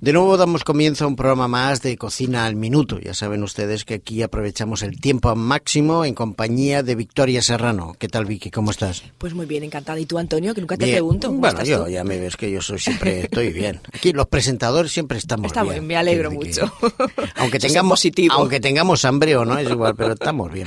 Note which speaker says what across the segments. Speaker 1: De nuevo damos comienzo a un programa más de Cocina al Minuto. Ya saben ustedes que aquí aprovechamos el tiempo al máximo en compañía de Victoria Serrano. ¿Qué tal, Vicky? ¿Cómo estás?
Speaker 2: Pues muy bien, encantada. ¿Y tú, Antonio? Que nunca te
Speaker 1: Bien.
Speaker 2: pregunto. ¿Cómo
Speaker 1: Bueno,
Speaker 2: estás
Speaker 1: yo
Speaker 2: tú?
Speaker 1: ya me ves que yo soy siempre, estoy bien. Aquí los presentadores siempre estamos
Speaker 2: Estamos
Speaker 1: bien.
Speaker 2: bien, me alegro
Speaker 1: Quiero decir
Speaker 2: mucho.
Speaker 1: que- aunque
Speaker 2: Eso es
Speaker 1: tengamos,
Speaker 2: positivo.
Speaker 1: aunque tengamos hambre o no, es igual, pero estamos bien.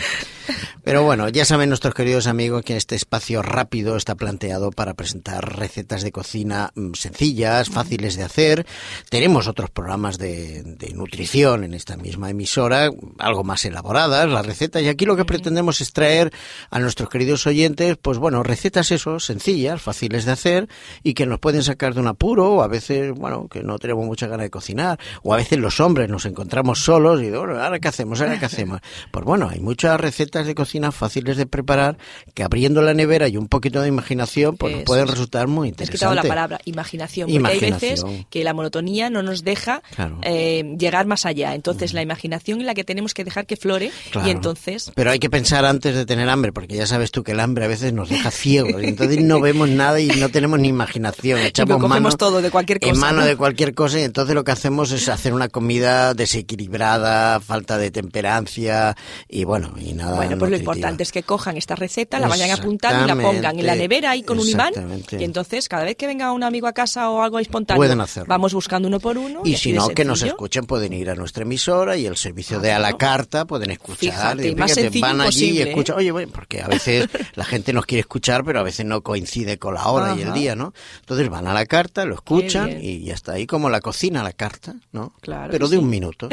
Speaker 1: Pero bueno, ya saben nuestros queridos amigos que este espacio rápido está planteado para presentar recetas de cocina mm, sencillas, fáciles de hacer. Tenemos otros programas de, de nutrición en esta misma emisora, algo más elaboradas, las recetas. Y aquí lo que pretendemos es traer a nuestros queridos oyentes, pues bueno, recetas eso, sencillas, fáciles de hacer y que nos pueden sacar de un apuro o a veces, bueno, que no tenemos mucha ganas de cocinar o a veces los hombres nos encontramos solos y bueno, ahora qué hacemos, ahora qué hacemos. Pues bueno, hay muchas recetas de cocina fáciles de preparar que abriendo la nevera y un poquito de imaginación pues nos
Speaker 2: Eso
Speaker 1: pueden
Speaker 2: es.
Speaker 1: resultar muy
Speaker 2: Te Has quitado la
Speaker 1: interesantes.
Speaker 2: palabra imaginación, porque hay
Speaker 1: Imaginación.
Speaker 2: veces que la monotonía no nos deja
Speaker 1: Claro.
Speaker 2: eh, llegar más allá. Entonces, la imaginación es la que tenemos que dejar que flore
Speaker 1: Claro.
Speaker 2: y entonces
Speaker 1: Pero hay que pensar antes de tener hambre, porque ya sabes tú que el hambre a veces nos deja ciegos. Y entonces no vemos nada y no tenemos ni imaginación. Echamos
Speaker 2: cogemos
Speaker 1: mano,
Speaker 2: todo de cualquier
Speaker 1: En
Speaker 2: cosa,
Speaker 1: mano
Speaker 2: ¿no?
Speaker 1: de cualquier cosa. Y entonces lo que hacemos es hacer una comida desequilibrada, falta de temperancia y bueno, y nada.
Speaker 2: Bueno, pues lo
Speaker 1: nutritiva.
Speaker 2: importante es que cojan esta receta, la vayan apuntando y la pongan en la
Speaker 1: Exactamente,
Speaker 2: nevera ahí con un imán.
Speaker 1: exactamente.
Speaker 2: Y entonces, cada vez que venga un amigo a casa o algo espontáneo,
Speaker 1: Pueden hacerlo.
Speaker 2: vamos buscando uno por uno.
Speaker 1: Y
Speaker 2: así
Speaker 1: si
Speaker 2: de
Speaker 1: no, que nos
Speaker 2: sencillo.
Speaker 1: escuchen, pueden ir a nuestra emisora y el servicio de a la carta pueden escuchar.
Speaker 2: Fíjate,
Speaker 1: y
Speaker 2: más sencillo
Speaker 1: van allí y
Speaker 2: imposible, ¿eh?
Speaker 1: escuchan. Oye, bueno, porque a veces la gente nos quiere escuchar, pero a veces no coincide con la hora y el
Speaker 2: Ajá.
Speaker 1: día, ¿no? Entonces van a la carta, lo escuchan
Speaker 2: bien.
Speaker 1: y ya está. Ahí como la cocina a la carta, ¿no?
Speaker 2: Claro
Speaker 1: Pero
Speaker 2: que
Speaker 1: de
Speaker 2: sí.
Speaker 1: un minuto.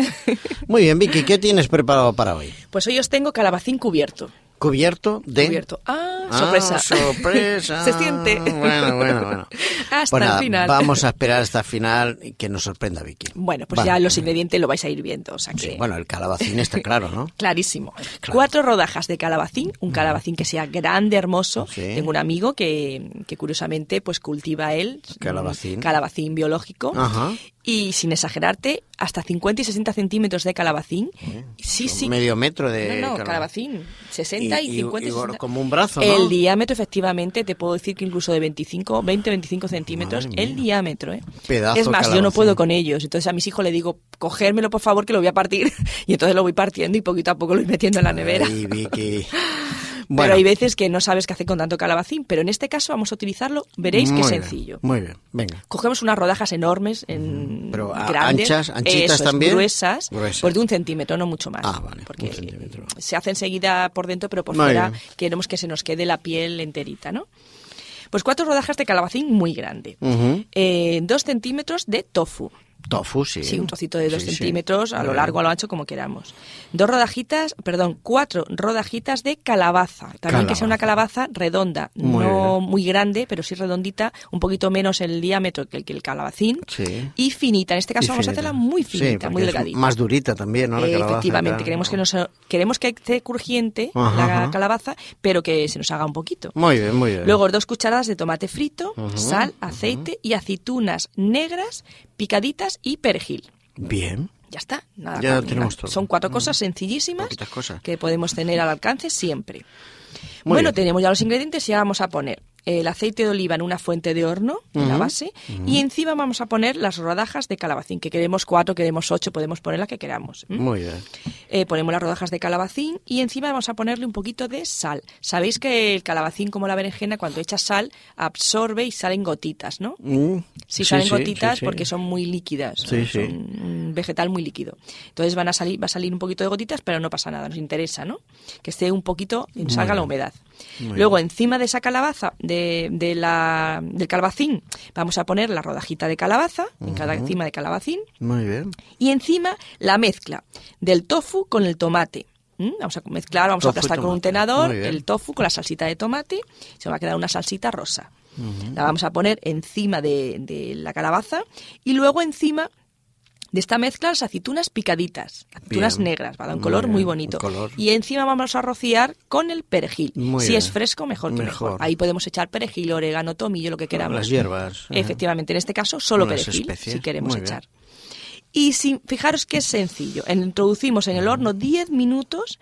Speaker 1: Muy bien, Vicky, ¿qué tienes preparado para hoy?
Speaker 2: Pues hoy os tengo calabacín cubierto.
Speaker 1: Cubierto de.
Speaker 2: Cubierto. Ah,
Speaker 1: ¿Eh? Ah,
Speaker 2: sorpresa.
Speaker 1: sorpresa.
Speaker 2: Se siente.
Speaker 1: Bueno, bueno, bueno.
Speaker 2: Hasta
Speaker 1: Pues
Speaker 2: el
Speaker 1: nada,
Speaker 2: final.
Speaker 1: Vamos a esperar hasta el final y que nos sorprenda Vicky.
Speaker 2: Bueno, pues
Speaker 1: Vale.
Speaker 2: ya los ingredientes lo vais a ir viendo. O sea
Speaker 1: Sí,
Speaker 2: que...
Speaker 1: bueno, el calabacín está claro, ¿no?
Speaker 2: Clarísimo. Cuatro rodajas de calabacín, un calabacín que sea grande, hermoso.
Speaker 1: Mm. Sí.
Speaker 2: Tengo un amigo que, que curiosamente pues cultiva él
Speaker 1: Calabacín.
Speaker 2: mm, calabacín biológico
Speaker 1: Ajá.
Speaker 2: y sin exagerarte hasta 50 y 60 centímetros de calabacín. Sí, sí.
Speaker 1: Medio metro de
Speaker 2: no, no,
Speaker 1: calab-
Speaker 2: calabacín, 60 y,
Speaker 1: Eh, Y- y-
Speaker 2: 50
Speaker 1: y
Speaker 2: y 60.
Speaker 1: como un brazo, ¿no?
Speaker 2: El diámetro, efectivamente, te puedo decir que incluso de 25, 20, 25 centímetros,
Speaker 1: Madre
Speaker 2: el
Speaker 1: mía.
Speaker 2: diámetro, ¿eh?
Speaker 1: Pedazo
Speaker 2: es más, yo no
Speaker 1: calabacín.
Speaker 2: puedo con ellos, entonces a mis hijos le digo, cogérmelo por favor que lo voy a partir, y entonces lo voy partiendo y poquito a poco lo voy metiendo en la nevera.
Speaker 1: Ay, Vicky.
Speaker 2: Pero hay veces que no sabes qué hacer con tanto calabacín, pero en este caso vamos a utilizarlo, veréis que
Speaker 1: muy
Speaker 2: es
Speaker 1: bien,
Speaker 2: sencillo.
Speaker 1: muy bien, venga.
Speaker 2: Cogemos unas rodajas enormes, en
Speaker 1: Pero, a-
Speaker 2: grandes,
Speaker 1: anchas, anchitas
Speaker 2: eso es,
Speaker 1: también.
Speaker 2: gruesas,
Speaker 1: Gruesas.
Speaker 2: pues de un centímetro, no mucho más.
Speaker 1: Ah, vale,
Speaker 2: porque
Speaker 1: un centímetro.
Speaker 2: se hace enseguida por dentro, pero por
Speaker 1: Muy
Speaker 2: fuera
Speaker 1: bien.
Speaker 2: queremos que se nos quede la piel enterita, ¿no? Pues cuatro rodajas de calabacín muy grande,
Speaker 1: Ujú.
Speaker 2: Eh, dos centímetros de tofu,
Speaker 1: Tofu, sí.
Speaker 2: sí, un trocito de dos
Speaker 1: Sí, sí.
Speaker 2: centímetros a lo
Speaker 1: Muy
Speaker 2: largo, a
Speaker 1: bien.
Speaker 2: lo ancho, como queramos. Dos rodajitas, perdón, cuatro rodajitas de calabaza, también que sea una calabaza redonda,
Speaker 1: Muy
Speaker 2: no muy grande, pero sí redondita, un poquito menos el diámetro que el, que el calabacín
Speaker 1: Sí.
Speaker 2: y finita. En este caso vamos a
Speaker 1: Y finita.
Speaker 2: hacerla muy
Speaker 1: Sí,
Speaker 2: finita, muy
Speaker 1: porque es
Speaker 2: delgadita.
Speaker 1: Más durita también, ¿no? La
Speaker 2: Eh,
Speaker 1: calabaza,
Speaker 2: Efectivamente,
Speaker 1: claro.
Speaker 2: queremos que nos, queremos que esté crujiente
Speaker 1: Ajá, ajá.
Speaker 2: la calabaza, pero que se nos haga un poquito.
Speaker 1: Muy bien, muy bien.
Speaker 2: Luego dos cucharadas de tomate frito, sal, aceite y aceitunas negras picaditas y perejil.
Speaker 1: Bien.
Speaker 2: Ya está, nada.
Speaker 1: Ya
Speaker 2: más.
Speaker 1: tenemos todo. Mm,
Speaker 2: Son cuatro cosas sencillísimas
Speaker 1: Poquitas cosas.
Speaker 2: que podemos tener al alcance siempre.
Speaker 1: Muy
Speaker 2: bueno,
Speaker 1: bien.
Speaker 2: tenemos ya los ingredientes y ahora vamos a poner el aceite de oliva en una fuente de horno, en la base, y encima vamos a poner las rodajas de calabacín, que queremos cuatro, queremos ocho, podemos poner la que queramos. ¿m?
Speaker 1: Muy bien.
Speaker 2: Eh, ponemos las rodajas de calabacín y encima vamos a ponerle un poquito de sal. Sabéis que el calabacín, como la berenjena, cuando echa sal, absorbe y salen gotitas, ¿no?
Speaker 1: Mm,
Speaker 2: Si salen
Speaker 1: sí,
Speaker 2: gotitas
Speaker 1: sí, sí.
Speaker 2: porque son muy líquidas.
Speaker 1: Sí,
Speaker 2: son
Speaker 1: sí.
Speaker 2: un vegetal muy líquido. Entonces van a salir, va a salir un poquito de gotitas, pero no pasa nada, nos interesa, ¿no? Que esté un poquito, salga la humedad. Luego, encima de esa calabaza, de, de la, del calabacín, vamos a poner la rodajita de calabaza, en cada encima de calabacín,
Speaker 1: Muy bien.
Speaker 2: y encima la mezcla del tofu con el tomate. ¿Mm? Vamos a mezclar, vamos
Speaker 1: Tofu y
Speaker 2: a aplastar con un
Speaker 1: tomate.
Speaker 2: tenedor
Speaker 1: Muy bien.
Speaker 2: el tofu con la salsita de tomate. Se va a quedar una salsita rosa. La vamos a poner encima de, de la calabaza y luego encima de esta mezcla las aceitunas picaditas, aceitunas
Speaker 1: Bien.
Speaker 2: negras, va a dar un
Speaker 1: Muy
Speaker 2: color
Speaker 1: bien,
Speaker 2: muy
Speaker 1: un
Speaker 2: bonito.
Speaker 1: color.
Speaker 2: Y encima vamos a rociar con el perejil.
Speaker 1: Muy
Speaker 2: si
Speaker 1: bien.
Speaker 2: es fresco, mejor que mejor.
Speaker 1: Mejor.
Speaker 2: Ahí podemos echar perejil, orégano, tomillo, lo que queramos.
Speaker 1: Las hierbas. ajá.
Speaker 2: Efectivamente, en este caso solo
Speaker 1: Con las
Speaker 2: perejil,
Speaker 1: especies.
Speaker 2: si queremos
Speaker 1: Muy bien.
Speaker 2: echar. Y sin, fijaros que es sencillo. En- Introducimos en el horno 10 minutos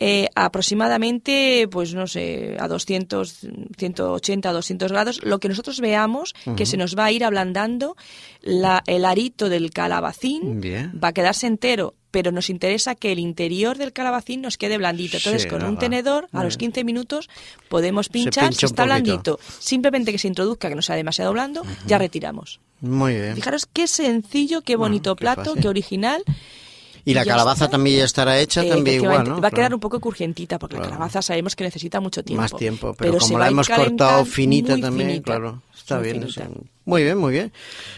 Speaker 2: eh, aproximadamente, pues no sé, a 200, 180, 200 grados, lo que nosotros veamos
Speaker 1: Ujú.
Speaker 2: que se nos va a ir ablandando la- el arito del calabacín,
Speaker 1: Bien.
Speaker 2: va a quedarse entero, pero nos interesa que el interior del calabacín nos quede blandito. Entonces,
Speaker 1: Sí,
Speaker 2: con
Speaker 1: nada.
Speaker 2: un tenedor,
Speaker 1: Muy
Speaker 2: a los
Speaker 1: bien.
Speaker 2: 15 minutos, podemos pinchar,
Speaker 1: pincha
Speaker 2: si
Speaker 1: un
Speaker 2: está
Speaker 1: poquito.
Speaker 2: blandito, simplemente que se introduzca, que no sea demasiado blando, ya retiramos.
Speaker 1: Muy bien.
Speaker 2: Fijaros qué sencillo, qué bonito
Speaker 1: qué
Speaker 2: plato,
Speaker 1: fácil.
Speaker 2: qué original.
Speaker 1: Y la
Speaker 2: ya
Speaker 1: calabaza
Speaker 2: está.
Speaker 1: también ya estará hecha,
Speaker 2: Eh,
Speaker 1: también igual,
Speaker 2: efectivamente,
Speaker 1: ¿no?
Speaker 2: Va a quedar
Speaker 1: Claro.
Speaker 2: un poco crujientita porque
Speaker 1: Claro.
Speaker 2: la calabaza sabemos que necesita mucho tiempo.
Speaker 1: Más tiempo, pero,
Speaker 2: se
Speaker 1: como
Speaker 2: va
Speaker 1: la
Speaker 2: a ir
Speaker 1: hemos cortado
Speaker 2: calentando,
Speaker 1: finita
Speaker 2: muy
Speaker 1: también,
Speaker 2: finita,
Speaker 1: claro, está
Speaker 2: muy
Speaker 1: bien.
Speaker 2: finita.
Speaker 1: eso. Muy bien, muy bien.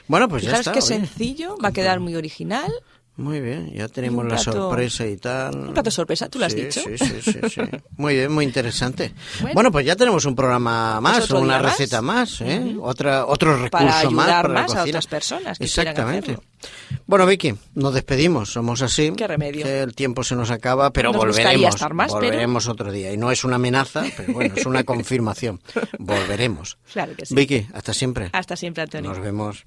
Speaker 1: Bueno, pues
Speaker 2: Fijaros
Speaker 1: ya
Speaker 2: qué
Speaker 1: está. oye.
Speaker 2: sencillo, va a quedar muy original.
Speaker 1: Muy bien, ya tenemos
Speaker 2: un
Speaker 1: la
Speaker 2: plato-
Speaker 1: sorpresa y tal.
Speaker 2: un plato sorpresa, tú lo has
Speaker 1: Sí,
Speaker 2: dicho.
Speaker 1: Sí, sí, sí, sí. Muy bien, muy interesante. Bueno,
Speaker 2: Bueno.
Speaker 1: pues ya tenemos un programa más,
Speaker 2: otro
Speaker 1: una
Speaker 2: día más.
Speaker 1: receta más, ¿eh? Otra, otro recurso más
Speaker 2: ayudar
Speaker 1: para la
Speaker 2: más a
Speaker 1: cocina.
Speaker 2: otras personas que quieran
Speaker 1: Exactamente.
Speaker 2: hacerlo.
Speaker 1: Bueno, Vicky, nos despedimos, somos así.
Speaker 2: Qué remedio.
Speaker 1: que el tiempo se nos acaba, pero
Speaker 2: Nos gustaría
Speaker 1: volveremos.
Speaker 2: estar más, pero-
Speaker 1: volveremos otro día. Y no es una amenaza, pero bueno, es una confirmación. Volveremos.
Speaker 2: Claro que sí.
Speaker 1: Vicky, hasta siempre.
Speaker 2: Hasta siempre, Antonio.
Speaker 1: Nos vemos.